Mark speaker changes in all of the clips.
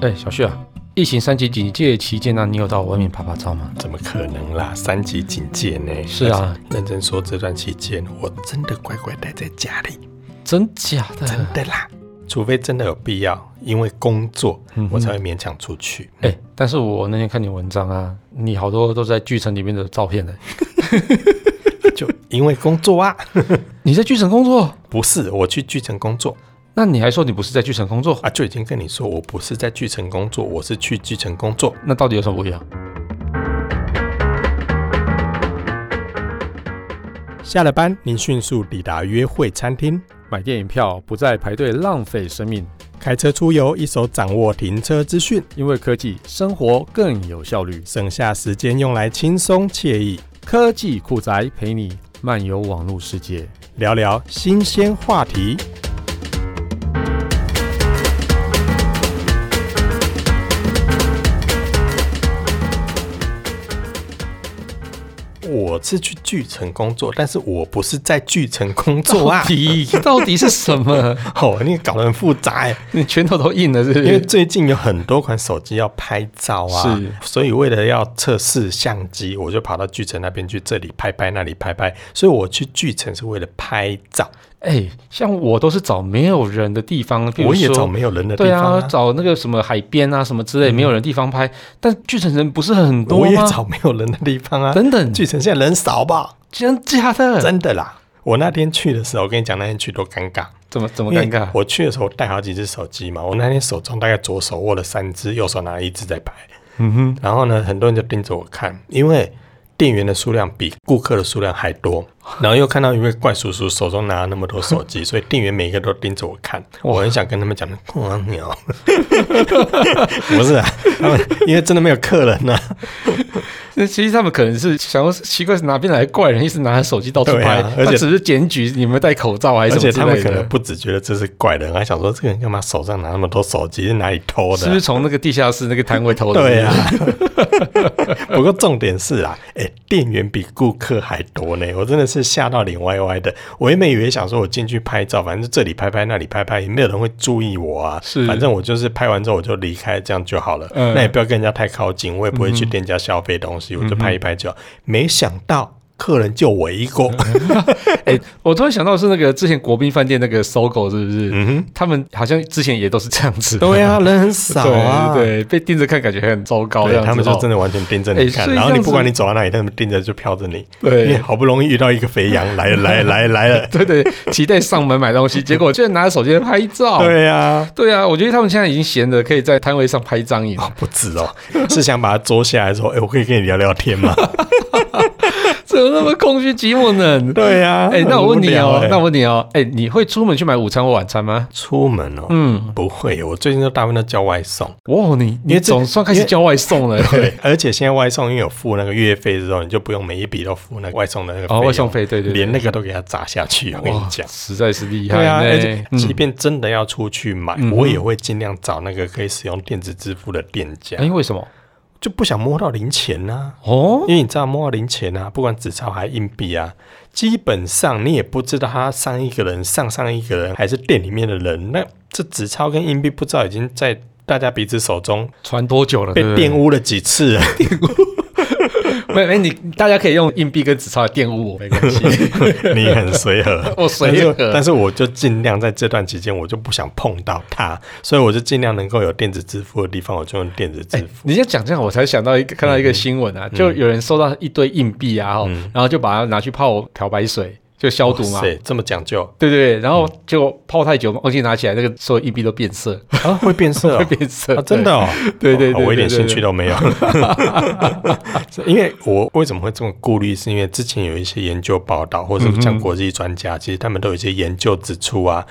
Speaker 1: 哎，小旭啊，疫情三级警戒期间呢、你有到外面拍拍照吗？
Speaker 2: 怎么可能啦？三级警戒呢？
Speaker 1: 是啊，
Speaker 2: 认真说这段期间，我真的乖乖待在家 里，
Speaker 1: 真假的？
Speaker 2: 真的啦。除非真的有必要，因为工作
Speaker 1: 嗯，哼
Speaker 2: 我才会勉强出去。
Speaker 1: 哎、但是我那天看你文章啊，你好多都在巨城里面的照片呢、
Speaker 2: 就因为工作啊，
Speaker 1: 你在巨城工作？
Speaker 2: 不是我去巨城工作
Speaker 1: 那你还说你不是在巨城工作？
Speaker 2: 啊，就已经跟你说我不是在巨城工作，我是去巨城工作。
Speaker 1: 那到底有什么不一样？
Speaker 2: 下了班，您迅速抵达约会餐厅，
Speaker 1: 买电影票不再排队浪费生命，
Speaker 2: 开车出游，一手掌握停车资讯，
Speaker 1: 因为科技生活更有效率。
Speaker 2: 省下时间用来轻松惬意
Speaker 1: 科技酷宅陪你漫游网络世界。
Speaker 2: 聊聊新鲜话题。我是去巨城工作，但是我不是在巨城工作啊
Speaker 1: 到！底 到底是什么？
Speaker 2: 哦，你搞得很复杂哎、
Speaker 1: 你拳头都硬了，是不
Speaker 2: 因为
Speaker 1: 是？
Speaker 2: 最近有很多款手机要拍照啊
Speaker 1: 是，
Speaker 2: 所以为了要测试相机，我就跑到巨城那边去，这里拍拍，那里拍拍。所以我去巨城是为了拍照，
Speaker 1: 哎、像我都是找没有人的地方，比如
Speaker 2: 我也
Speaker 1: 说
Speaker 2: 找没有人的地
Speaker 1: 对
Speaker 2: 方、嗯
Speaker 1: 啊，找那个什么海边啊，什么之类没有人的地方拍，但巨城人不是很多
Speaker 2: 我也
Speaker 1: 吗？
Speaker 2: 找没有人的地方啊。
Speaker 1: 等等，
Speaker 2: 巨城现在人少吧？
Speaker 1: 真假的？
Speaker 2: 真的啦。我那天去的时候，我跟你讲，那天去多尴尬，
Speaker 1: 怎么怎
Speaker 2: 我
Speaker 1: 么尴尬？
Speaker 2: 我去的时候带好几只手机嘛，我那天手中大概左手握了三只，右手拿了一只在拍。
Speaker 1: 嗯哼，
Speaker 2: 然后呢，很多人就盯着我看，因为店员的数量比顾客的数量还多。然后又看到一位怪叔叔手中拿了那么多手 机，所以店员每个都盯着我看。我很想跟他们讲， 哇鸟，不是啊，他们因为真的没有客人啊。
Speaker 1: 那其实他们可能是想要奇怪是哪边来的怪人，一直拿着手机到处
Speaker 2: 对
Speaker 1: 拍，
Speaker 2: 啊而且
Speaker 1: 他只是检举你有没有戴口罩还是
Speaker 2: 而
Speaker 1: 什么
Speaker 2: 且
Speaker 1: 之
Speaker 2: 他们
Speaker 1: 类
Speaker 2: 可能
Speaker 1: 的。
Speaker 2: 不只觉得这是怪人，还想说这个人干嘛手上拿那么多手机，是哪里偷
Speaker 1: 是
Speaker 2: 的
Speaker 1: 不
Speaker 2: 啊、
Speaker 1: 是从那个地下室那个摊位偷的？
Speaker 2: 对啊， 不过重点是啊，哎、店员比顾客还多呢，我真的是吓到脸歪歪的。我原本以为想说我进去拍照，反正这里拍拍那里拍拍，也没有人会注意我啊。
Speaker 1: 是
Speaker 2: 反正我就是拍完之后我就离开，这样就好了。
Speaker 1: 嗯
Speaker 2: 那也不要跟人家太靠近，我也不会去店家消费东西，我就拍一拍就好。没想到客人就我一
Speaker 1: 嗯
Speaker 2: 个，
Speaker 1: 哎、我突然想到是那个之前国宾饭店那个搜狗是不是？
Speaker 2: 嗯哼，
Speaker 1: 他们好像之前也都是这样子。
Speaker 2: 对啊，人很少啊，
Speaker 1: 对对，被盯着看感觉很糟糕这
Speaker 2: 对
Speaker 1: 样子
Speaker 2: 他们就
Speaker 1: 哦
Speaker 2: 真的完全盯着你
Speaker 1: 哎
Speaker 2: 看，
Speaker 1: 所以
Speaker 2: 然后
Speaker 1: 这
Speaker 2: 你
Speaker 1: 样
Speaker 2: 不管
Speaker 1: 子
Speaker 2: 你走到哪里，他们盯着就瞟着你。
Speaker 1: 对。
Speaker 2: 你好不容易遇到一个肥羊，来了来了来了来了
Speaker 1: 对 对，期待上门买东西，结果居然拿着手机在拍照。
Speaker 2: 对啊，
Speaker 1: 对啊，我觉得他们现在已经闲的可以在摊位上拍一张影。
Speaker 2: 哦不止哦，是想把它捉下来说，哎、我可以跟你聊聊天吗？
Speaker 1: 怎么那么空虚寂寞 呢？
Speaker 2: 对啊。
Speaker 1: 哎、那我问你哦，
Speaker 2: 很无聊哎
Speaker 1: 那我问你哦，哎、你会出门去买午餐或晚餐吗？
Speaker 2: 出门哦，
Speaker 1: 嗯，
Speaker 2: 不会，我最近都大部分都叫外送。
Speaker 1: 哇，你
Speaker 2: 因
Speaker 1: 你
Speaker 2: 为这
Speaker 1: 总算开始叫外送了。
Speaker 2: 对，而且现在外送因为有付那个月费之后，你就不用每一笔都付那个外送的那个
Speaker 1: 哦，
Speaker 2: 用
Speaker 1: 外送费，对对对，
Speaker 2: 连那个都给它砸下去。我跟你
Speaker 1: 哇
Speaker 2: 讲，，
Speaker 1: 实在是厉害
Speaker 2: 对啊，
Speaker 1: 呢
Speaker 2: 而且
Speaker 1: 嗯
Speaker 2: 即便真的要出去买，
Speaker 1: 嗯哼
Speaker 2: 我也会尽量找那个可以使用电子支付的店家，
Speaker 1: 哎、为什么？
Speaker 2: 就不想摸到零钱呐、
Speaker 1: 哦，
Speaker 2: 因为你知道摸到零钱啊，不管纸钞还硬币啊，基本上你也不知道他上一个人、上上一个人还是店里面的人，那这纸钞跟硬币不知道已经在大家彼此手中
Speaker 1: 传多久了？
Speaker 2: 被
Speaker 1: 对不对
Speaker 2: 玷污了几次了。
Speaker 1: 没哎没，你大家可以用硬币跟纸钞来玷污我，没关 系。，
Speaker 2: 你很随和
Speaker 1: 我哦随和
Speaker 2: 但是但是我就尽量在这段期间，我就不想碰到它，所以我就尽量能够有电子支付的地方，我就用电子支付。
Speaker 1: 哎你要讲这样，我才想到一个看到一个新闻啊，就有人收到一堆硬币啊，哦然后就把它拿去泡漂白水，就消毒嘛。
Speaker 2: 对，这么讲究
Speaker 1: 对对对，然后就泡太久，忘记拿起来，那个所有硬币都变色，
Speaker 2: 啊， 会变色、
Speaker 1: 会
Speaker 2: 哦。
Speaker 1: 变色。
Speaker 2: 啊，真的哦，
Speaker 1: 对对对
Speaker 2: 哦我一
Speaker 1: 对
Speaker 2: 点
Speaker 1: 对
Speaker 2: 兴趣
Speaker 1: 对
Speaker 2: 都 没有，是因为我为什么会这么顾虑，是因为之前有一些研究报道，或者是像国际专家，其实他们都有一些研究指出啊，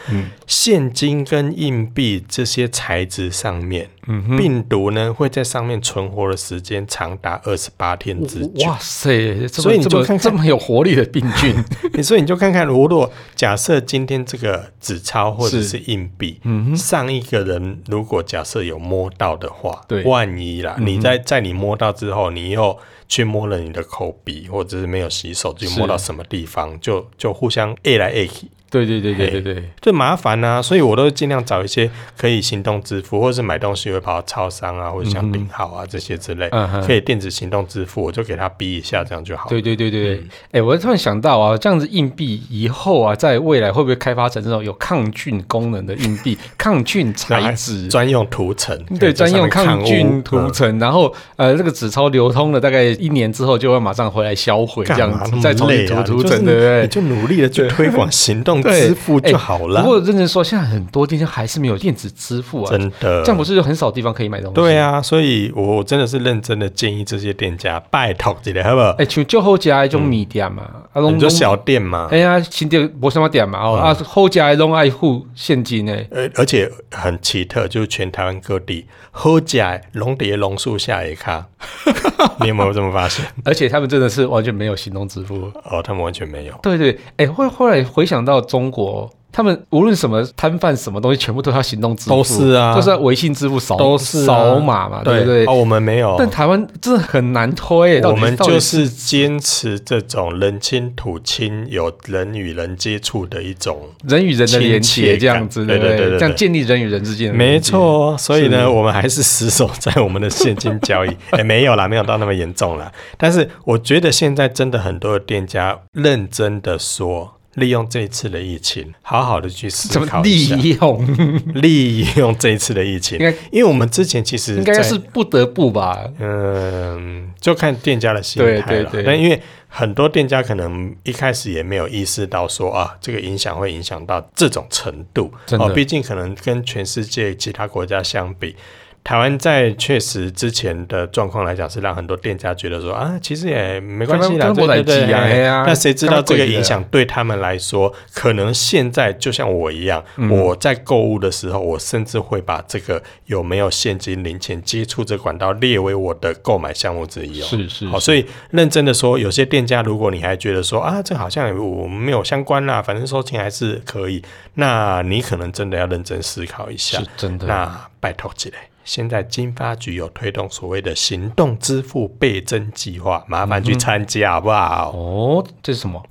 Speaker 2: 现金跟硬币这些材质上面，病毒呢会在上面存活的时间长达二十八天之
Speaker 1: 对。
Speaker 2: 久。
Speaker 1: 哇塞，这么
Speaker 2: 所以你就
Speaker 1: 这么
Speaker 2: 看看
Speaker 1: 这么有活力的病菌，
Speaker 2: 你所以你就看看，如果假设今天这个纸钞或者
Speaker 1: 是嗯
Speaker 2: 是硬币，上一个人如果假设有摸到的话，
Speaker 1: 对嗯
Speaker 2: 万一啦，你在在你摸到之后，你又去摸了你的口鼻，或者是没有洗手，就是摸到什么地方，就就互相 A 来 A 去。
Speaker 1: 对对对对对对，
Speaker 2: 最麻烦啊，所以我都尽量找一些可以行动支付，或是买东西会跑到超商啊，或者像顶好啊、这些之类，
Speaker 1: 嗯哼
Speaker 2: 可以电子行动支付，我就给他逼一下，这样就好。
Speaker 1: 对对对对，哎、我突然想到啊，这样子硬币以后啊，在未来会不会开发成这种有抗菌功能的硬币、抗菌材
Speaker 2: 然后还
Speaker 1: 质？
Speaker 2: 专用涂层，
Speaker 1: 对，专用抗
Speaker 2: 抗
Speaker 1: 菌涂
Speaker 2: 嗯
Speaker 1: 层，然后呃，这个纸钞流通了大概一年之后，就会马上回来销毁，这
Speaker 2: 干
Speaker 1: 样
Speaker 2: 嘛那
Speaker 1: 子
Speaker 2: 么
Speaker 1: 再重新
Speaker 2: 累
Speaker 1: 涂
Speaker 2: 啊
Speaker 1: 涂
Speaker 2: 你就
Speaker 1: 层，
Speaker 2: 是
Speaker 1: 对不对
Speaker 2: 你？就努力的去推广行 动
Speaker 1: 对
Speaker 2: 支付
Speaker 1: 哎
Speaker 2: 就好
Speaker 1: 不
Speaker 2: 了。
Speaker 1: 过认真说，现在很多店家还是没有电子支付啊，
Speaker 2: 真的
Speaker 1: 这样不是就很少地方可以买东西？
Speaker 2: 对啊，所以我真的是认真的建议这些店家，拜托一下，好不好？
Speaker 1: 哎，像就后家种米店嘛，啊，拢
Speaker 2: 嗯你说小嗯店嘛
Speaker 1: 哎，呀，新店无什么店嘛，哦，啊，后家拢爱付现金诶，
Speaker 2: 而呃而且很奇特，就是全台湾各地喝甲龙蝶龙树下也咖， 你有没有这么发 现？
Speaker 1: 而且他们真的是完全没有行动支付。
Speaker 2: 哦，他们完全没有。
Speaker 1: 对对，哎，后后来回想到中国，他们无论什么摊贩什么东西，全部都要行动支付，
Speaker 2: 都是啊
Speaker 1: 都是要微信支付扫，
Speaker 2: 都是啊
Speaker 1: 扫码嘛，对不对？
Speaker 2: 哦，我们没有，
Speaker 1: 但台湾真的很难推，到
Speaker 2: 我
Speaker 1: 底
Speaker 2: 们
Speaker 1: 到底
Speaker 2: 就是坚持这种人亲土亲，有人与人接触的一种。
Speaker 1: 人与人的连
Speaker 2: 亲切
Speaker 1: 接这
Speaker 2: 感
Speaker 1: 样子，
Speaker 2: 对
Speaker 1: 不
Speaker 2: 对对对对
Speaker 1: 这样建立人与人之间的
Speaker 2: 没
Speaker 1: 连接。
Speaker 2: 错，哦所以呢，我们还是死守在我们的现金交易。 哎、没有啦，没有到那么严重啦。但是我觉得现在真的很多的店家认真的说，利用这一次的疫情，好好的去思
Speaker 1: 怎么
Speaker 2: 考一
Speaker 1: 利
Speaker 2: 下，
Speaker 1: 用？
Speaker 2: 利用这一次的疫情
Speaker 1: 应该，
Speaker 2: 因为我们之前其实
Speaker 1: 应该
Speaker 2: 在
Speaker 1: 是不得不吧？
Speaker 2: 嗯，就看店家的心态
Speaker 1: 对
Speaker 2: 了。
Speaker 1: 对对
Speaker 2: 但因为很多店家可能一开始也没有意识到说啊，这个影响会影响到这种程度
Speaker 1: 真的
Speaker 2: 哦。毕竟可能跟全世界其他国家相比，台湾在确实之前的状况来讲，是让很多店家觉得说啊，其实也没关系
Speaker 1: 干嘛
Speaker 2: 啦，对
Speaker 1: 干嘛
Speaker 2: 对
Speaker 1: 不来急
Speaker 2: 对。
Speaker 1: 啊哎呀
Speaker 2: 那谁知
Speaker 1: 干
Speaker 2: 道
Speaker 1: 嘛鬼
Speaker 2: 这个
Speaker 1: 的啊
Speaker 2: 影响对他们来说，可能现在就像我一样，我在购物的时候，我甚至会把这个有没有现金零钱接触这管道列为我的购买项目之一哦。
Speaker 1: 是是
Speaker 2: 好，所以认真的说，有些店家，如果你还觉得说啊，这好像我们没有相关啦，反正收钱还是可以，那你可能真的要认真思考一下。
Speaker 1: 是真的。
Speaker 2: 那拜托起来。现在金发局有推动所谓的行动支付倍增计划，麻烦去参加好不好？
Speaker 1: 哦，这是什么？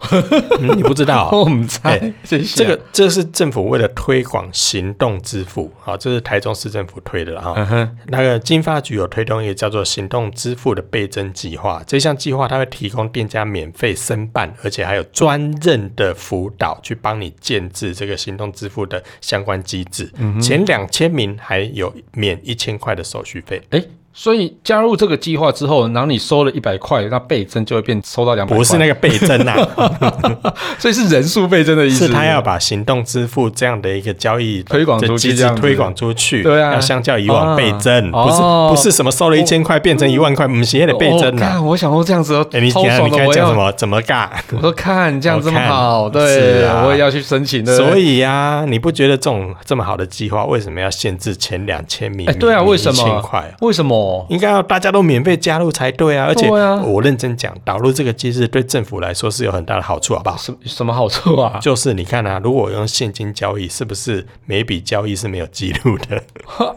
Speaker 2: 嗯你不知道、
Speaker 1: 我们猜啊
Speaker 2: 哎
Speaker 1: 这
Speaker 2: 这个这是政府为了推广行动支付，好，这是台中市政府推的啦哈。啊那个金发局有推动一个叫做行动支付的倍增计划，这项计划它会提供店家免费申办，而且还有专任的辅导去帮你建制这个行动支付的相关机制。前两千名还有免一千块的手续费。
Speaker 1: 哎，所以加入这个计划之后，然后你收了一百块，那倍增就会变收到两百。
Speaker 2: 不是那个倍增啊呐、
Speaker 1: 所以是人数倍增的意思。
Speaker 2: 是他要把行动支付这样的一个交易
Speaker 1: 推广
Speaker 2: 的
Speaker 1: 出去
Speaker 2: 机
Speaker 1: 这
Speaker 2: 制
Speaker 1: 样子
Speaker 2: 推广出去，
Speaker 1: 对啊
Speaker 2: 要相较以往倍增，
Speaker 1: 啊
Speaker 2: 不是、
Speaker 1: 哦
Speaker 2: 不是什么收了一千块变成一万块，嗯，鞋的倍增
Speaker 1: 哦
Speaker 2: 呐、啊。
Speaker 1: 看我想说这样子哦，
Speaker 2: 哎、你
Speaker 1: 超
Speaker 2: 你看
Speaker 1: 爽的，
Speaker 2: 你看
Speaker 1: 我
Speaker 2: 讲什
Speaker 1: 要。
Speaker 2: 么？怎么尬？
Speaker 1: 我说看这样这么好，
Speaker 2: 我看是
Speaker 1: 对，
Speaker 2: 啊
Speaker 1: 我也要去申请的。
Speaker 2: 所以呀、你不觉得这种这么好的计划，为什么要限制前两千米？
Speaker 1: 哎，对啊，为什
Speaker 2: 一千
Speaker 1: 么
Speaker 2: 块啊？？
Speaker 1: 为什么？
Speaker 2: 应该要大家都免费加入才对啊！而且
Speaker 1: 对啊
Speaker 2: 我认真讲，导入这个机制对政府来说是有很大的好处，好不好？
Speaker 1: 什什么好处啊？
Speaker 2: 就是你看啊，如果我用现金交易，是不是每笔交易是没有记录的？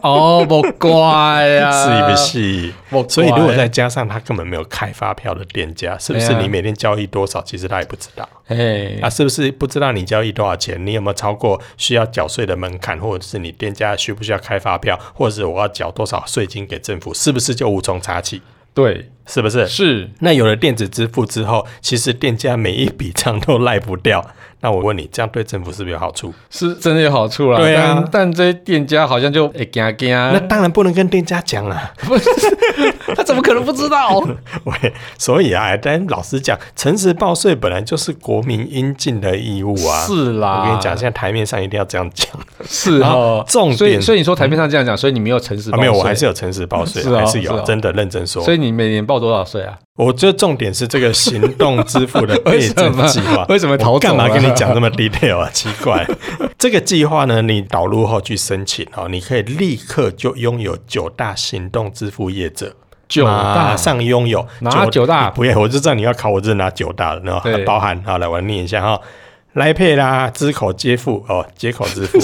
Speaker 1: 哦，不乖呀、啊，
Speaker 2: 是一
Speaker 1: 我
Speaker 2: 不
Speaker 1: 乖
Speaker 2: 是？所以如果再加上他根本没有开发票的店家，是不是
Speaker 1: 哎呀
Speaker 2: 你每天交易多少，其实他也不知道
Speaker 1: 哎、
Speaker 2: 啊？是不是不知道你交易多少钱？你有没有超过需要缴税的门槛，或者是你店家需不需要开发票，或者是我要缴多少税金给政府？是不是就无从查起？
Speaker 1: 对，
Speaker 2: 是不是？
Speaker 1: 是
Speaker 2: 那有了电子支付之后，其实店家每一笔账都赖不掉。那我问你，这样对政府是不是有好处？
Speaker 1: 是真的有好处啦。
Speaker 2: 对啊
Speaker 1: 但但这些店家好像就哎惊惊，
Speaker 2: 那当然不能跟店家讲啦、
Speaker 1: 不是他怎么可能不知道？
Speaker 2: 喂，所以啊，但老实讲，诚实报税本来就是国民应尽的义务啊。
Speaker 1: 是啦，
Speaker 2: 我跟你讲，现在台面上一定要这样讲。
Speaker 1: 是
Speaker 2: 然
Speaker 1: 哦
Speaker 2: 后。重点
Speaker 1: 所以所以你说台面上这样讲，所以你没有诚实报
Speaker 2: 啊，
Speaker 1: 税、
Speaker 2: 没有，我还是有诚实报税，
Speaker 1: 是哦
Speaker 2: 还是有，
Speaker 1: 是哦
Speaker 2: 真的认真说
Speaker 1: 所。以你每年报多少税啊？
Speaker 2: 我觉得重点是这个行动支付的
Speaker 1: 为
Speaker 2: 倍
Speaker 1: 什
Speaker 2: 增
Speaker 1: 么
Speaker 2: 计划。
Speaker 1: 为什么逃
Speaker 2: 我
Speaker 1: 走
Speaker 2: 干
Speaker 1: 了
Speaker 2: 嘛跟你讲这么 detail 啊？奇怪， 这个计划呢，你导入后去申请哦，你可以立刻就拥有九大行动支付业者，
Speaker 1: 九
Speaker 2: 马
Speaker 1: 大啊
Speaker 2: 上拥有
Speaker 1: 拿九大
Speaker 2: 不要，我就知道你要考，我就是拿九大的，然后
Speaker 1: 对
Speaker 2: 包含好来，我念一下哈。来配啦，支口接付哦，接口支付，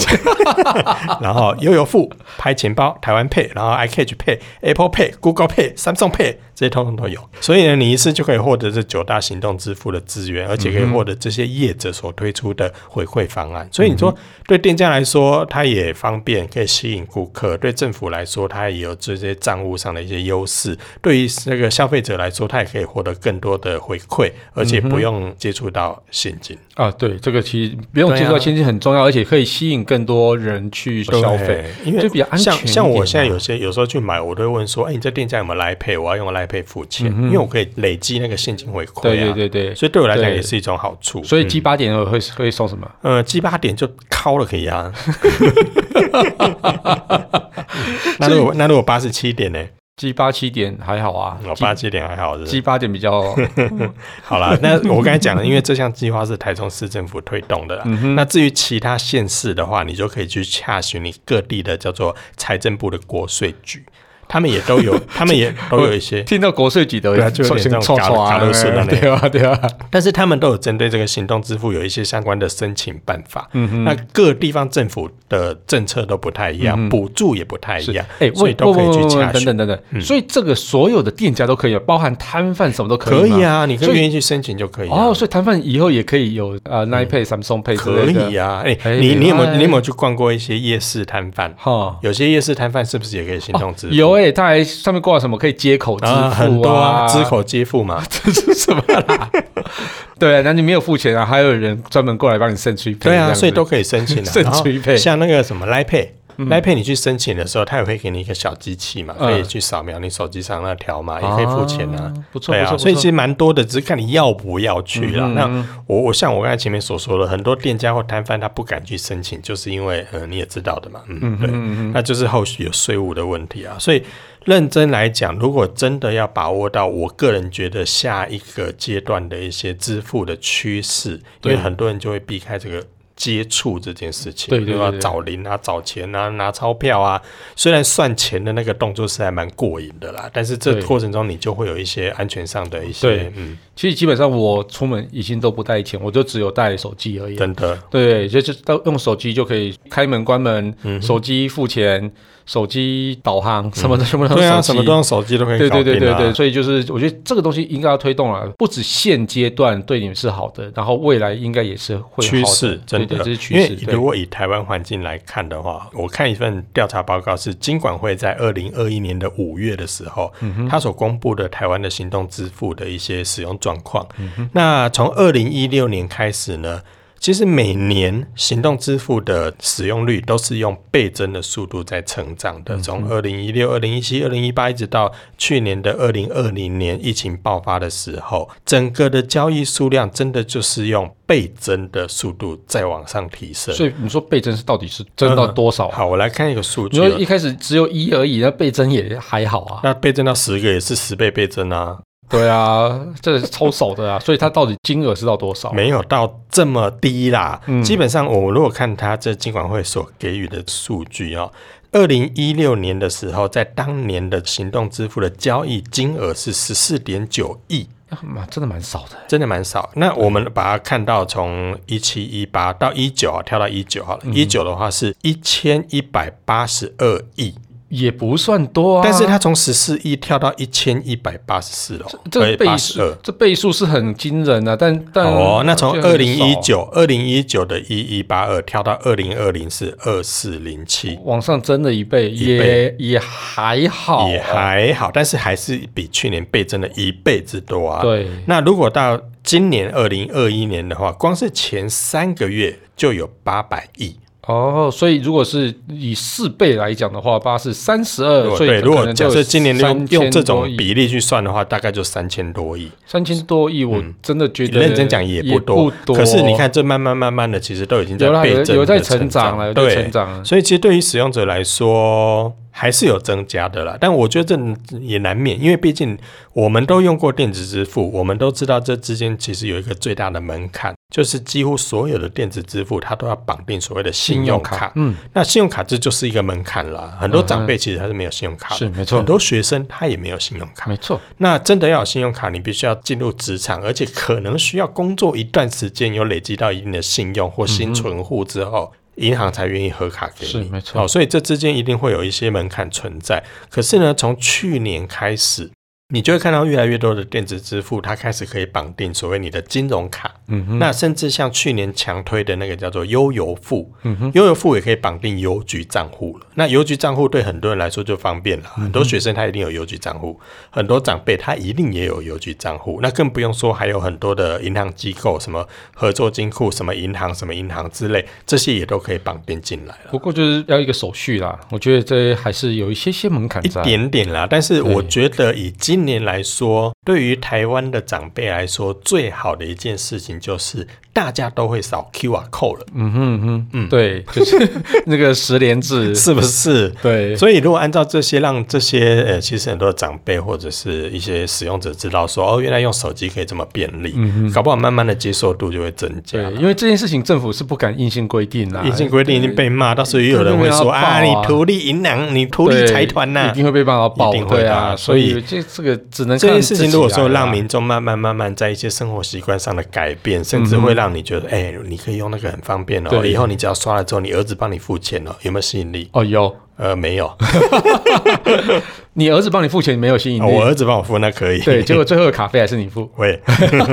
Speaker 2: 然后悠游付、拍钱包、台湾 Pay，然后 iCash Pay、Apple Pay、Google Pay、Samsung Pay 这些通通都有。所以呢，你一次就可以获得这九大行动支付的资源，而且可以获得这些业者所推出的回馈方案。所以你说，对店家来说，它也方便，可以吸引顾客；对政府来说，它也有这些账务上的一些优势；对于那个消费者来说，它也可以获得更多的回馈，而且不用接触到现金。
Speaker 1: 啊，对，这个其实不用
Speaker 2: 对啊
Speaker 1: 介绍，现金很重要，而且可以吸引更多人去消费，
Speaker 2: 对，因为
Speaker 1: 就比较安全一点
Speaker 2: 像
Speaker 1: 啊嘛
Speaker 2: 像我现在有些有时候去买，我都会问说，哎、你这店家有没有来配？我要用来配付钱，因为我可以累积那个现金回馈、
Speaker 1: 嗯
Speaker 2: 啊。
Speaker 1: 对对对对，
Speaker 2: 所以对我来讲
Speaker 1: 对
Speaker 2: 也是嗯一种好处。
Speaker 1: 所以鸡八点会会送什么？
Speaker 2: 呃，鸡巴点就敲了可 以啊。那如果那如果八十七点呢？
Speaker 1: 鸡八七点还好啊，
Speaker 2: 哦，
Speaker 1: 鸡
Speaker 2: 八七点还好是不是
Speaker 1: 鸡八点比 较，
Speaker 2: 好啦，那我刚才讲了，因为这项计划是台中市政府推动的啦。那至于其他县市的话，你就可以去洽询你各地的叫做财政部的国税局，他们也都有，他们也都有一些
Speaker 1: 听到国税局
Speaker 2: 对啊
Speaker 1: 的
Speaker 2: 就有点这种
Speaker 1: 臭臭啊，
Speaker 2: 嘎嘎
Speaker 1: 对
Speaker 2: 嘎
Speaker 1: 啊
Speaker 2: 嘎
Speaker 1: 对啊对 啊，
Speaker 2: 但是他们都有针对这个行动支付有一些相关的申请办法。嗯那各地方政府的政策都不太一样，补助也不太一样，
Speaker 1: 嗯哎，
Speaker 2: 所以
Speaker 1: 问
Speaker 2: 都可以去
Speaker 1: 问问
Speaker 2: 洽
Speaker 1: 问等
Speaker 2: 询。嗯
Speaker 1: 等等等，所以这个所有的店家都可以，包含摊贩什么都
Speaker 2: 可
Speaker 1: 以
Speaker 2: 以
Speaker 1: 吗。
Speaker 2: 啊，你可
Speaker 1: 所
Speaker 2: 以
Speaker 1: 以
Speaker 2: 愿意去申请就可以、啊。
Speaker 1: 哦，所以摊贩以后也可以有呃 Line Pay、Samsung Pay 之
Speaker 2: 嗯可
Speaker 1: 类的。
Speaker 2: 以啊，哎、
Speaker 1: 哎
Speaker 2: 你你有没有
Speaker 1: 哎
Speaker 2: 你有没有去逛过一些夜市摊贩？
Speaker 1: 哈，
Speaker 2: 有些夜市摊贩是不是也可以行动支付？
Speaker 1: 有哎，它还上面挂了什么可以接口支付
Speaker 2: 啊，
Speaker 1: 啊，
Speaker 2: 很多啊，支口接付 嘛。
Speaker 1: 这是什么啦？对啊，那你没有付钱啊，还有人专门过来帮你剩去 Pay 这
Speaker 2: 对
Speaker 1: 样
Speaker 2: 啊，
Speaker 1: 子。
Speaker 2: 所以都可以申请 啊。
Speaker 1: 肾
Speaker 2: 然后
Speaker 1: 虚配
Speaker 2: 像那个什么 Line Pay。Line Pay 你去申请的时候，他也会给你一个小机器嘛，
Speaker 1: 嗯哦
Speaker 2: 可以去扫描你手机上那条码，也可以付钱啊。
Speaker 1: 不错
Speaker 2: 对
Speaker 1: 不
Speaker 2: 啊，
Speaker 1: 错，
Speaker 2: 所以其
Speaker 1: 不错
Speaker 2: 实蛮多的，只是看你要不要去啦。
Speaker 1: 嗯嗯
Speaker 2: 那我我像我刚才前面所说的，很多店家或摊贩他不敢去申请，就是因为嗯、呃你也知道的嘛，嗯，对，那就是后续有税务的问题啊。所以认真来讲，如果真的要把握到，我个人觉得下一个阶段的一些支付的趋势，因为很多人就会避开这个。接触这件事情，
Speaker 1: 对对对
Speaker 2: 吧？
Speaker 1: 对
Speaker 2: 找零啊，找钱啊，拿钞票啊，虽然算钱的那个动作是还蛮过瘾的啦，但是这
Speaker 1: 对
Speaker 2: 过程中你就会有一些安全上的一些，
Speaker 1: 对
Speaker 2: 嗯，
Speaker 1: 其实基本上我出门已经都不带钱，我就只有带手机而已。
Speaker 2: 真的，
Speaker 1: 对，就是都用手机就可以开门、关门，
Speaker 2: 嗯
Speaker 1: 手机付钱，手机导航，什么的全部都
Speaker 2: 对
Speaker 1: 用
Speaker 2: 啊，
Speaker 1: 手机。
Speaker 2: 什么都用手机都可以
Speaker 1: 对
Speaker 2: 搞定、啊，
Speaker 1: 对对对对，所以就是我觉得这个东西应该要推动啊了，不止现阶段对你们是好的，然后未来应该也是会好
Speaker 2: 趋
Speaker 1: 的
Speaker 2: 势真
Speaker 1: 对
Speaker 2: 的
Speaker 1: 对，这是
Speaker 2: 因
Speaker 1: 趋势
Speaker 2: 为。
Speaker 1: 对
Speaker 2: 如果以台湾环境来看的话，我看一份调查报告是金管会在二零二一年的五月的时候，它所公布的台湾的行动支付的一些使用状况。那从二零一六年开始呢，其实每年行动支付的使用率都是用倍增的速度在成长的，从二零一六、二零一七、二零一八一直到去年的二零二零年疫情爆发的时候，整个的交易数量真的就是用倍增的速度在往上提升。
Speaker 1: 所以你说倍增是到底是增到多少啊？
Speaker 2: 嗯好，我来看一个数
Speaker 1: 你
Speaker 2: 据
Speaker 1: 说
Speaker 2: 哦。
Speaker 1: 一开始只有一而已，那倍增也还好 啊。
Speaker 2: 那倍增到十个也是十倍倍增啊，
Speaker 1: 对啊，这是抽手的啊，所以它到底金额是到多少？啊
Speaker 2: 没有到这么低啦。
Speaker 1: 嗯
Speaker 2: 基本上，我如果看它这金管会所给予的数据哦，二零一六年的时候，在当年的行动支付的交易金额是十四点九亿，
Speaker 1: 蛮真的蛮少的。
Speaker 2: 真的蛮少。那我们把它看到从一七一八到一九啊，跳到一九好
Speaker 1: 嗯
Speaker 2: 了。一九的话是一千一百八十二亿，
Speaker 1: 也不算多啊，
Speaker 2: 但是它从十四亿跳到一千一百八十四哦，
Speaker 1: 这个倍
Speaker 2: 八十二
Speaker 1: 数。这倍数是很惊人啊，但但
Speaker 2: 好哦，那从
Speaker 1: 就
Speaker 2: 二
Speaker 1: 很
Speaker 2: 零
Speaker 1: 少
Speaker 2: 一九二零一九的一一八二跳到二零二零是二四零七，
Speaker 1: 往上增了一倍，
Speaker 2: 一倍
Speaker 1: 也也还好，啊
Speaker 2: 也还好，但是还是比去年倍增了一倍之多啊。，
Speaker 1: 对，
Speaker 2: 那如果到今年二零二一年的话，光是前三个月就有八百亿。
Speaker 1: 哦，所以如果是以四倍来讲的话，八是三十二，所以
Speaker 2: 对，
Speaker 1: 可
Speaker 2: 如
Speaker 1: 能
Speaker 2: 果
Speaker 1: 就
Speaker 2: 假设今年用
Speaker 1: 3000
Speaker 2: 用
Speaker 1: 多
Speaker 2: 这种
Speaker 1: 亿
Speaker 2: 比例去算的话，大概就三千多亿。
Speaker 1: 三千多亿，我真的觉
Speaker 2: 你
Speaker 1: 得
Speaker 2: 认真讲也
Speaker 1: 不
Speaker 2: 不多，可是你看这慢慢慢慢的，其实都已经在
Speaker 1: 有啦
Speaker 2: 倍
Speaker 1: 有
Speaker 2: 增
Speaker 1: 有在
Speaker 2: 的成
Speaker 1: 成长了，有在
Speaker 2: 对
Speaker 1: 成，长了，
Speaker 2: 所以其实对于使用者来说，还是有增加的啦，但我觉得这也难免，因为毕竟我们都用过电子支付，我们都知道这之间其实有一个最大的门槛，就是几乎所有的电子支付它都要绑定所谓的信用卡。
Speaker 1: 嗯，
Speaker 2: 那信用卡这就是一个门槛啦，很多长辈其实他是没有信用卡的，
Speaker 1: 是没错
Speaker 2: 很多学生他也没有信用卡。
Speaker 1: 没错，
Speaker 2: 那真的要有信用卡，你必须要进入职场，而且可能需要工作一段时间，有累积到一定的信用或新存户之后，银行才愿意核卡给你。
Speaker 1: 嗯是没错
Speaker 2: 好、所以这之间一定会有一些门槛存在。可是呢，从去年开始，你就会看到越来越多的电子支付，它开始可以绑定所谓你的金融卡。
Speaker 1: 嗯哼，
Speaker 2: 那甚至像去年强推的那个叫做悠游付，
Speaker 1: 嗯哼，
Speaker 2: 悠游付也可以绑定邮局账户了。那邮局账户对很多人来说就方便了，很多学生他一定有邮局账户，很多长辈他一定也有邮局账户。那更不用说还有很多的银行机构，什么合作金库、什么银行、什么银行之类，这些也都可以绑定进来了。
Speaker 1: 不过就是要一个手续啦，我觉得这还是有一些些门槛
Speaker 2: 一
Speaker 1: 在。
Speaker 2: 点点啦，但是我觉得以今年来说，对于台湾的长辈来说，最好的一件事情就是大家都会扫 QR code 了。
Speaker 1: 嗯哼嗯哼，对，就是那个十连制，
Speaker 2: 是不是？
Speaker 1: 对，
Speaker 2: 所以如果按照这些，让这些呃，其实很多长辈或者是一些使用者知道说，哦，原来用手机可以这么便利，搞不好慢慢的接受度就会增加
Speaker 1: 嗯对，
Speaker 2: 了。
Speaker 1: 因为这件事情政府是不敢硬性规定啦，
Speaker 2: 已经规定已经被骂，到时候也有人会说
Speaker 1: 对啊
Speaker 2: 啊，
Speaker 1: 爆
Speaker 2: 你
Speaker 1: 啊
Speaker 2: 图利银行，你图利
Speaker 1: 对
Speaker 2: 财团呐、
Speaker 1: 一定会被骂到爆
Speaker 2: 一定，会的
Speaker 1: 对
Speaker 2: 啊
Speaker 1: 啊，所
Speaker 2: 所
Speaker 1: 以这这个只能
Speaker 2: 这
Speaker 1: 看
Speaker 2: 件事
Speaker 1: 自
Speaker 2: 情，
Speaker 1: 己
Speaker 2: 如果说
Speaker 1: 来啦
Speaker 2: 让民众慢慢慢慢在一些生活习惯上的改变，甚至会让你觉得，哎、你可以用那个很方便哦。
Speaker 1: 对
Speaker 2: 以后你只要刷了之后，你儿子帮你付钱哦，有没有吸引力？
Speaker 1: 哦有，
Speaker 2: 呃，没有，
Speaker 1: 你儿子帮你付钱没有吸引
Speaker 2: 我
Speaker 1: 力，
Speaker 2: 儿子帮我付，那可以。
Speaker 1: 对，结果最后的卡费还是你付，
Speaker 2: 喂，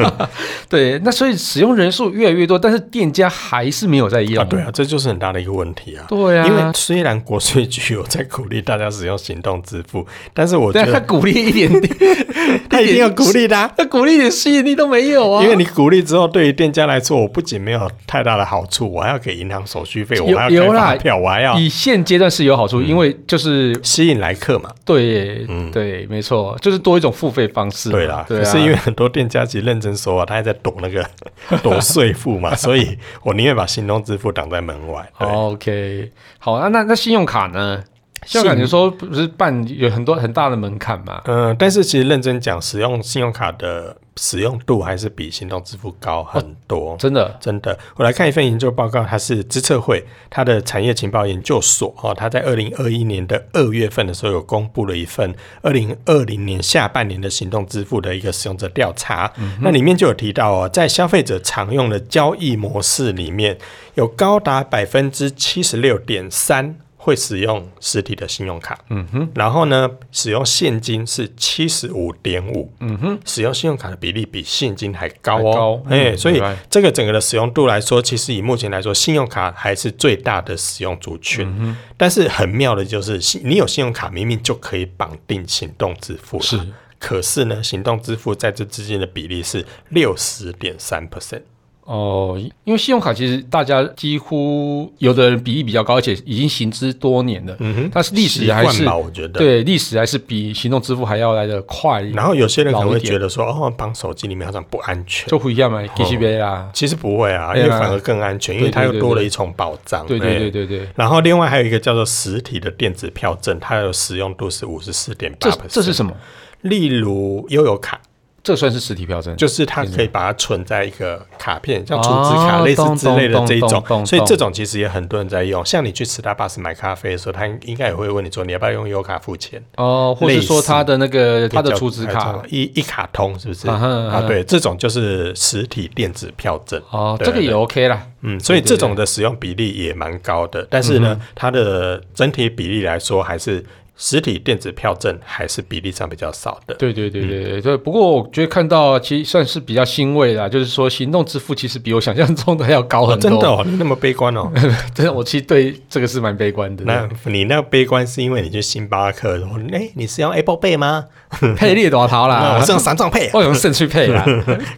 Speaker 1: 对，那所以使用人数越来越多，但是店家还是没有在用，
Speaker 2: 啊，对啊，这就是很大的一个问题啊。
Speaker 1: 对啊，
Speaker 2: 因为虽然国税局有在鼓励大家使用行动支付，但是我觉
Speaker 1: 对啊他
Speaker 2: 得
Speaker 1: 鼓励一点 点，
Speaker 2: 他一定要鼓励的啊、
Speaker 1: 他鼓励一点吸引力都没有啊，
Speaker 2: 因为你鼓励之后，对于店家来说，我不仅没有太大的好处，我还要给银行手续费，我还
Speaker 1: 有
Speaker 2: 要
Speaker 1: 有
Speaker 2: 开
Speaker 1: 啦
Speaker 2: 发票，我还要
Speaker 1: 以现阶段是有好处，因为就是
Speaker 2: 吸引来客嘛。
Speaker 1: 对、
Speaker 2: 嗯
Speaker 1: 对，没错，就是多一种付费方式嘛。
Speaker 2: 对啦，
Speaker 1: 对、啊、
Speaker 2: 可是因为很多店家其实认真说啊，他还在躲那个 躲税负 嘛，所以我宁愿把行动支付挡在门外。对，
Speaker 1: 哦 OK 好，那那那信用卡呢？信用卡
Speaker 2: 信
Speaker 1: 你说不是办有很多很大的门槛嘛？
Speaker 2: 嗯、但是其实认真讲，使用信用卡的使用度还是比行动支付高很多。
Speaker 1: 哦真的，
Speaker 2: 真的，我来看一份研究报告，它是资策会它的产业情报研究所哦，它在二零二一年的二月份的时候有公布了一份二零二零年下半年的行动支付的一个使用者调查，那里面就有提到哦，在消费者常用的交易模式里面，有高达百分之七十六点三。会使用实体的信用卡，嗯哼，然后呢，使用现金是七十五点五，嗯哼，使用信用卡的比例比现金还高
Speaker 1: 还
Speaker 2: 哦
Speaker 1: 高，
Speaker 2: 哎、
Speaker 1: 嗯
Speaker 2: 所以
Speaker 1: 明白
Speaker 2: 这个整个的使用度来说，其实以目前来说，信用卡还是最大的使用族群。
Speaker 1: 嗯
Speaker 2: 但是很妙的就是，信你有信用卡，明明就可以绑定行动支付了，
Speaker 1: 是。
Speaker 2: 可是呢，行动支付在这之间的比例是六十点三 percent。
Speaker 1: 哦，因为信用卡其实大家几乎有的人比例比较高，而且已经行之多年了，
Speaker 2: 嗯哼，
Speaker 1: 但是历史还
Speaker 2: 习
Speaker 1: 是
Speaker 2: 惯吧，我觉得。
Speaker 1: 对历史还是比行动支付还要来的快，
Speaker 2: 然后有些人可能
Speaker 1: 老
Speaker 2: 会
Speaker 1: 一点
Speaker 2: 觉得说，哦，绑手机里面好像不安全。
Speaker 1: 就不一样嘛，KCB 啦，
Speaker 2: 其实不会啊，
Speaker 1: 对
Speaker 2: 因
Speaker 1: 啊
Speaker 2: 为反而更安全，因为它又多了一重保障。
Speaker 1: 对对
Speaker 2: 哎
Speaker 1: 对对对，
Speaker 2: 然后另外还有一个叫做实体的电子票证，它的使用度是五十四点八
Speaker 1: 这这是什么？
Speaker 2: 例如悠游卡，
Speaker 1: 这算是实体票证，
Speaker 2: 就是它可以把它存在一个卡片，像储值卡
Speaker 1: 哦
Speaker 2: 类似之类的
Speaker 1: 懂
Speaker 2: 这一
Speaker 1: 懂
Speaker 2: 种，
Speaker 1: 懂
Speaker 2: 所以
Speaker 1: 懂
Speaker 2: 这种其实也很多人在用。像你去 Starbucks 买咖啡的时候，他应该也会问你说你要不要用悠游卡付钱，
Speaker 1: 哦，或是说它的那个它的储值
Speaker 2: 还有
Speaker 1: 卡
Speaker 2: 这种一一卡通是不是？
Speaker 1: 啊哈啊
Speaker 2: 啊，
Speaker 1: 哈
Speaker 2: 对，这种就是实体电子票证。
Speaker 1: 哦，
Speaker 2: 对
Speaker 1: 这个也 OK 啦。
Speaker 2: 嗯，所以这种的使用比例也蛮高的，但是
Speaker 1: 嗯
Speaker 2: 呢，它的整体比例来说，还是实体电子票证还是比例上比较少的。
Speaker 1: 对对对对对
Speaker 2: 嗯
Speaker 1: 对，不过我觉得看到其实算是比较欣慰啦，就是说行动支付其实比我想象中的还要高
Speaker 2: 哦，
Speaker 1: 很多。
Speaker 2: 真的哦，你那么悲观哦？
Speaker 1: 真的，我其实对这个是蛮悲观的。
Speaker 2: 那你那悲观是因为你去星巴克，然后哎、你是用 Apple Pay 吗？
Speaker 1: 配列多少
Speaker 2: 啊，
Speaker 1: 啦
Speaker 2: 我是？用三藏 Pay 啊。
Speaker 1: 我用肾去配 啦。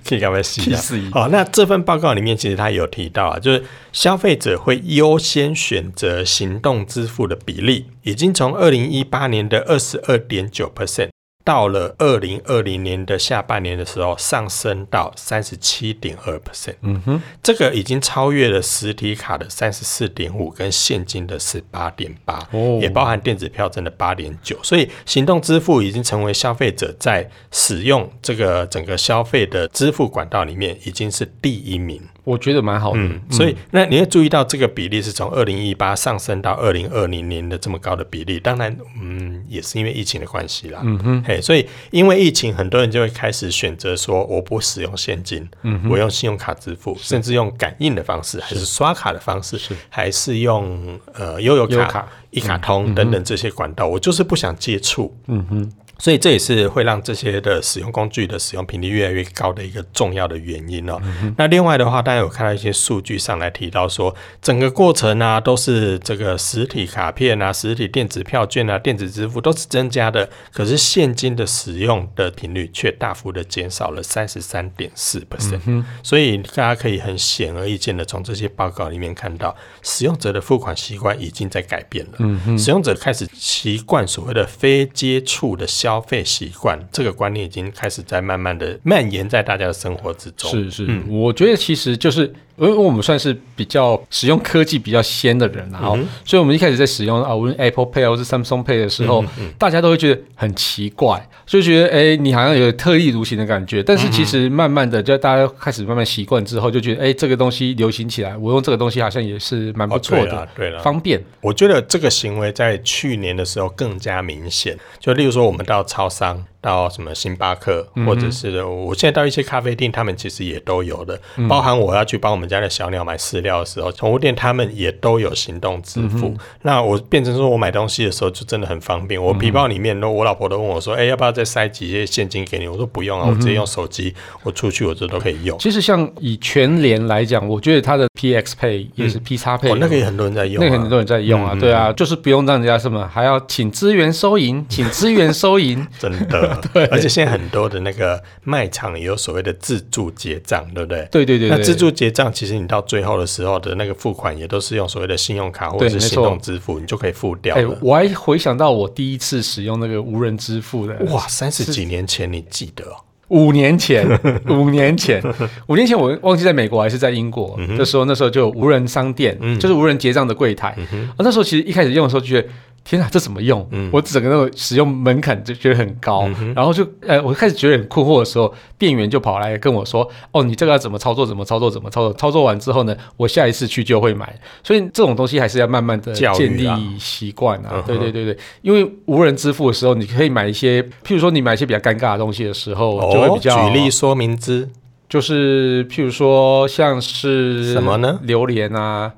Speaker 2: 可以干嘛洗啊
Speaker 1: 气死！
Speaker 2: 好，那这份报告里面其实它有提到啊，就是消费者会优先选择行动支付的比例，已经从二零一八年的二十二点九 percent 到了二零二零年的下半年的时候，上升到三十七点二 percent，
Speaker 1: 嗯哼，
Speaker 2: 这个已经超越了实体卡的三十四点五跟现金的十八点八
Speaker 1: 哦，
Speaker 2: 也包含电子票证的八点九，所以行动支付已经成为消费者在使用这个整个消费的支付管道里面已经是第一名。
Speaker 1: 我觉得蛮好的。
Speaker 2: 嗯，所以那你要注意到这个比例是从二零一八上升到二零二零年的这么高的比例，当然，嗯，也是因为疫情的关系啦。嗯哼，嘿，所以因为疫情，很多人就会开始选择说，我不使用现金，嗯、我用信用卡支付，甚至用感应的方式，还是刷卡的方式，还是用呃悠游
Speaker 1: 悠游
Speaker 2: 卡、
Speaker 1: 卡
Speaker 2: 一卡通等等这些管道，我就是不想接触。嗯哼。所以这也是会让这些的使用工具的使用频率越来越高的一个重要的原因哦。那另外的话，大家有看到一些数据上来提到说，整个过程啊都是这个实体卡片啊、实体电子票券啊、电子支付都是增加的，可是现金的使用的频率却大幅的减少了三十三点
Speaker 1: 嗯
Speaker 2: 四 percent。所以大家可以很显而易见的从这些报告里面看到，使用者的付款习惯已经在改变了。
Speaker 1: 嗯
Speaker 2: 使用者开始习惯所谓的非接触的消费习惯，这个观念已经开始在慢慢的蔓延在大家的生活之中。
Speaker 1: 是是，我觉得其实就是因为我们算是比较使用科技比较先的人
Speaker 2: 嗯
Speaker 1: 啦、哦，所以我们一开始在使用啊，无论 Apple Pay 或是 Samsung Pay 的时
Speaker 2: 嗯
Speaker 1: 候，大家都会觉得很奇怪，就觉得哎，你好像有特立独行的感觉。但
Speaker 2: 嗯
Speaker 1: 是其实慢慢的，就大家开始慢慢习惯之后，就觉得哎，这个东西流行起来，我用这个东西好像也是蛮不
Speaker 2: 哦，
Speaker 1: 错
Speaker 2: 对
Speaker 1: 的
Speaker 2: 了，，对哦了，
Speaker 1: 方便。
Speaker 2: 我觉得这个行为在去年的时候更加明显。就例如说，我们到超商、到什么星巴克，
Speaker 1: 嗯
Speaker 2: 或者是我现在到一些咖啡店，他们其实也都有的。
Speaker 1: 嗯
Speaker 2: 包含我要去帮我们家的小鸟买饲料的时候，宠物店他们也都有行动支付。
Speaker 1: 嗯
Speaker 2: 那我变成说我买东西的时候就真的很方便。我
Speaker 1: 嗯
Speaker 2: 皮包里面，我老婆都问我说：“哎、要不要再塞几些现金给你？”我说：“不
Speaker 1: 嗯
Speaker 2: 用啊，我直接用手机，我出去我这都可以用。”
Speaker 1: 其实像以全联来讲，我觉得它的 PX Pay 也是 P 叉 Pay，
Speaker 2: 哦，那个也很多人在用、啊，
Speaker 1: 那个很多人在用啊，对啊，就是不用让人家什么，还要请支援收 银，请支援收银，
Speaker 2: 真 的，而且现在很多的那个卖场也有所谓的自助结账，对不对？
Speaker 1: 对对对
Speaker 2: 那
Speaker 1: 对，
Speaker 2: 自助结账，其实你到最后的时候的那个付款，也都是用所谓的信用卡或者
Speaker 1: 对
Speaker 2: 是
Speaker 1: 没错
Speaker 2: 行动支付，你就可以付掉
Speaker 1: 哎、
Speaker 2: 了。
Speaker 1: 我还回想到我第一次使用那个无人支付的，
Speaker 2: 哇，三十几年前你记得、哦？
Speaker 1: 五年前， 五年前，五年前我忘记在美国还是在英国，
Speaker 2: 嗯
Speaker 1: 的时候那时候就有无人商店，就是无人结账的柜台、
Speaker 2: 嗯
Speaker 1: 啊。那时候其实一开始用的时候就觉得。天啊，这怎么用？
Speaker 2: 嗯
Speaker 1: 我整个那种使用门槛就觉得很高，然后就呃，我开始觉得很困惑的时候，店员就跑来跟我说：“哦，你这个要怎么操作？怎么操作？怎么操作？操作完之后呢，我下一次去就会买。”所以这种东西还是要慢慢的
Speaker 2: 教育啊嗯
Speaker 1: 建立习惯啊，对对对对，因为无人支付的时候，你可以买一些，譬如说你买一些比较尴尬的东西的时候，就会比较
Speaker 2: 哦举例，说明之，
Speaker 1: 就是譬如说像是
Speaker 2: 什么呢
Speaker 1: 榴莲啊，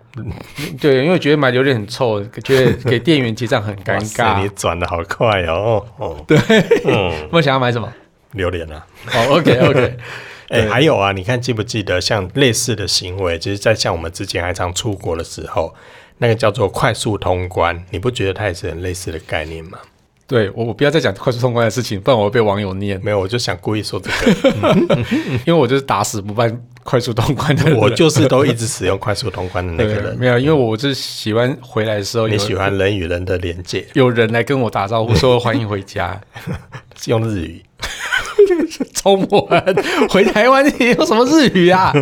Speaker 1: 对，因为觉得买榴莲很臭，觉得给店员结账很尴
Speaker 2: 哇塞你
Speaker 1: 尬。
Speaker 2: 转的好快哦。哦，对，嗯，
Speaker 1: 我想要买什么？
Speaker 2: 榴莲啊。
Speaker 1: 哦，OK OK，
Speaker 2: 哎、还有啊，你看记不记得像类似的行为，其实，在像我们之前还常出国的时候，那个叫做快速通关，你不觉得它也是很类似的概念吗？
Speaker 1: 对我我不要再讲快速通关的事情，不然我会被网友念，
Speaker 2: 没有，我就想故意说这 个，
Speaker 1: 因为我就是打死不办快速通关的人。
Speaker 2: 我就是都一直使用快速通关的那个
Speaker 1: 对，
Speaker 2: 人。
Speaker 1: 没有，因为我就是喜欢回来的时候有
Speaker 2: 你喜欢人与人的连接，
Speaker 1: 有人来跟我打招呼说欢迎回家，
Speaker 2: 用日语。
Speaker 1: 中文 回台湾你用什么日语啊？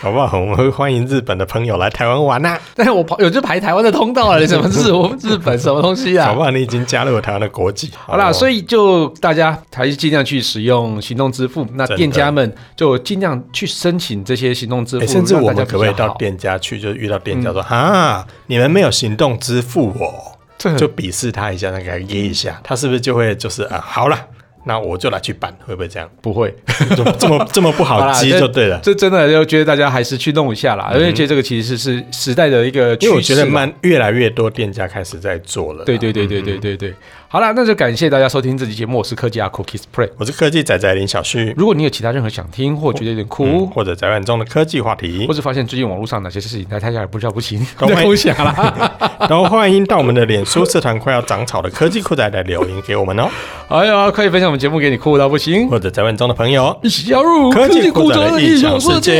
Speaker 2: 搞不好我们会欢迎日本的朋友来台湾玩呐、啊
Speaker 1: 但是我跑有就排台湾的通道了，什么 日我日本什么东西
Speaker 2: 搞
Speaker 1: 啊
Speaker 2: 不？好你已经加入了台湾的国籍。好
Speaker 1: 好啦，所
Speaker 2: 以
Speaker 1: 以就大家还是尽量去使用行动支付，那
Speaker 2: 嗯真的
Speaker 1: 店家们就尽量去申请这些行动支付，
Speaker 2: 哎甚至
Speaker 1: 让
Speaker 2: 我
Speaker 1: 大
Speaker 2: 们
Speaker 1: 家
Speaker 2: 可不可以
Speaker 1: 比较
Speaker 2: 到
Speaker 1: 好？嗯
Speaker 2: 店家去，就遇到店家说：“啊，你们没有行动支付哦。”
Speaker 1: 这很
Speaker 2: 就鄙视他一下，那给他噎一下，他是不是就会就是啊，好了，那我就来去办，会不会这样？
Speaker 1: 不会，
Speaker 2: 就这么这么不
Speaker 1: 好
Speaker 2: 好
Speaker 1: 啦，
Speaker 2: 激
Speaker 1: 这
Speaker 2: 就对了。
Speaker 1: 这真的就觉得大家还是去弄一下啦，因为觉得这个其实是时代的一个趋势啦，
Speaker 2: 因
Speaker 1: 啊
Speaker 2: 为我觉得慢，越来越多店家开始在做了。
Speaker 1: 对。对对对对对
Speaker 2: 嗯
Speaker 1: 对，好啦，那就感谢大家收听这期节目，我是科技阿酷 Kiss Play。
Speaker 2: 我是科技仔仔林小旭，
Speaker 1: 如果你有其他任何想听或觉得有点酷，
Speaker 2: 或者宅晚中的科技话题
Speaker 1: 或，是发现最近网络上哪些事情大家也不知道不行，
Speaker 2: 都欢迎
Speaker 1: 都想 啦。
Speaker 2: 都欢迎到我们的脸书社团快要长草的科技酷仔来留言给我们哦，
Speaker 1: 哎呀，可以分享我们节目给你酷到不行，
Speaker 2: 或者宅晚中的朋友，哦
Speaker 1: 一起加入
Speaker 2: 科技
Speaker 1: 酷
Speaker 2: 酷
Speaker 1: 宅
Speaker 2: 宅
Speaker 1: 的
Speaker 2: 的
Speaker 1: 异
Speaker 2: 异
Speaker 1: 想
Speaker 2: 想
Speaker 1: 世
Speaker 2: 世
Speaker 1: 界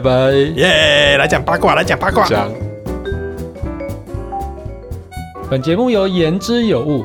Speaker 1: 拜拜。
Speaker 2: 耶、来讲八卦，来讲八卦。
Speaker 1: 本节目由言之有物、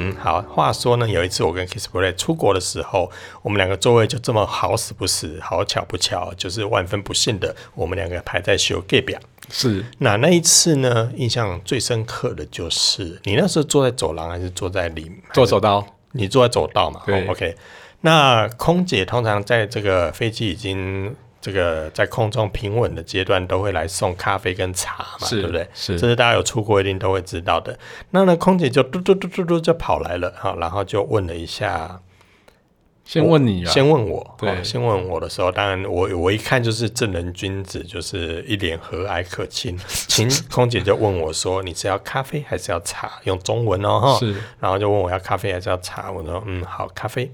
Speaker 2: 嗯好，话说呢，有一次我跟 Kissplay 出国的时候，我们两个座位就这么好死不死，好巧不巧，就是万分不幸的，我们两个排在修 gay 表。
Speaker 1: 是，
Speaker 2: 那那一次呢，印象最深刻的就是你那时候坐在走廊还是坐在里？
Speaker 1: 坐走道，
Speaker 2: 你坐在走道嘛？
Speaker 1: 对、
Speaker 2: 哦、，OK。那空姐通常在这个飞机已经。这个在空中平稳的阶段都会来送咖啡跟茶嘛，对不对？
Speaker 1: 是，
Speaker 2: 这是大家有出国一定都会知道的。那呢，空姐就嘟嘟嘟嘟嘟就跑来了，好，然后就问了一下，
Speaker 1: 先问你啊，
Speaker 2: 先问我，哦
Speaker 1: 对，
Speaker 2: 先问我的时候，当然我我一看就是正人君子，就是一脸和蔼可亲。请空姐就问我说：“你是要咖啡还是要茶？”用中文哦，哈，
Speaker 1: 是，
Speaker 2: 然后就问我要咖啡还是要茶，我说：“嗯，好，咖啡。”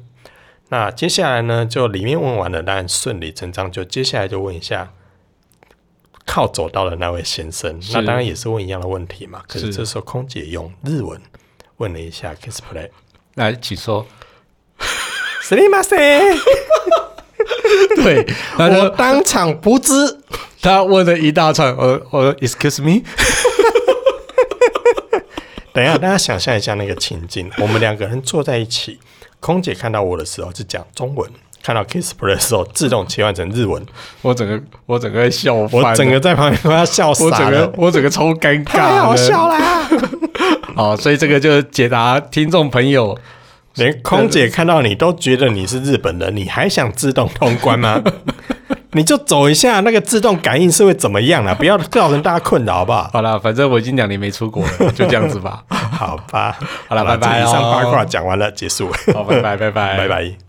Speaker 2: 那接下来呢，就里面问完了，当然顺理成章，就接下来就问一下靠走道的那位先生，那当然也是问一样的问题嘛。可是这时候空姐用日文问了一下 Kissplay，
Speaker 1: 来，请说。
Speaker 2: すみません。
Speaker 1: 对，然后就
Speaker 2: 我当场不知，
Speaker 1: 他问了一大串，我我说 Excuse me，
Speaker 2: 等一下大家想象一下那个情境，我们两个人坐在一起，空姐看到我的时候是讲中文，看到 Kissplay 的时候自动切换成日文，
Speaker 1: 我整个我整个笑翻了，
Speaker 2: 我整个在旁边快要笑
Speaker 1: 我整
Speaker 2: 傻
Speaker 1: 个
Speaker 2: 了，
Speaker 1: 我整个超尴尬，
Speaker 2: 太好笑啦！
Speaker 1: 好，所以这个就是解答听众朋友
Speaker 2: 连空姐看到你都觉得你是日本人，你还想自动通 关吗？你就走一下，那个自动感应是会怎么样啊？不要造成大家困扰，好不好？
Speaker 1: 好啦，反正我已经两年没出国了，就这样子吧。
Speaker 2: 好吧，
Speaker 1: 好啦拜拜
Speaker 2: 这以上
Speaker 1: 哦
Speaker 2: 八卦讲完了，结束，
Speaker 1: 好，拜拜，拜拜，
Speaker 2: 拜。拜。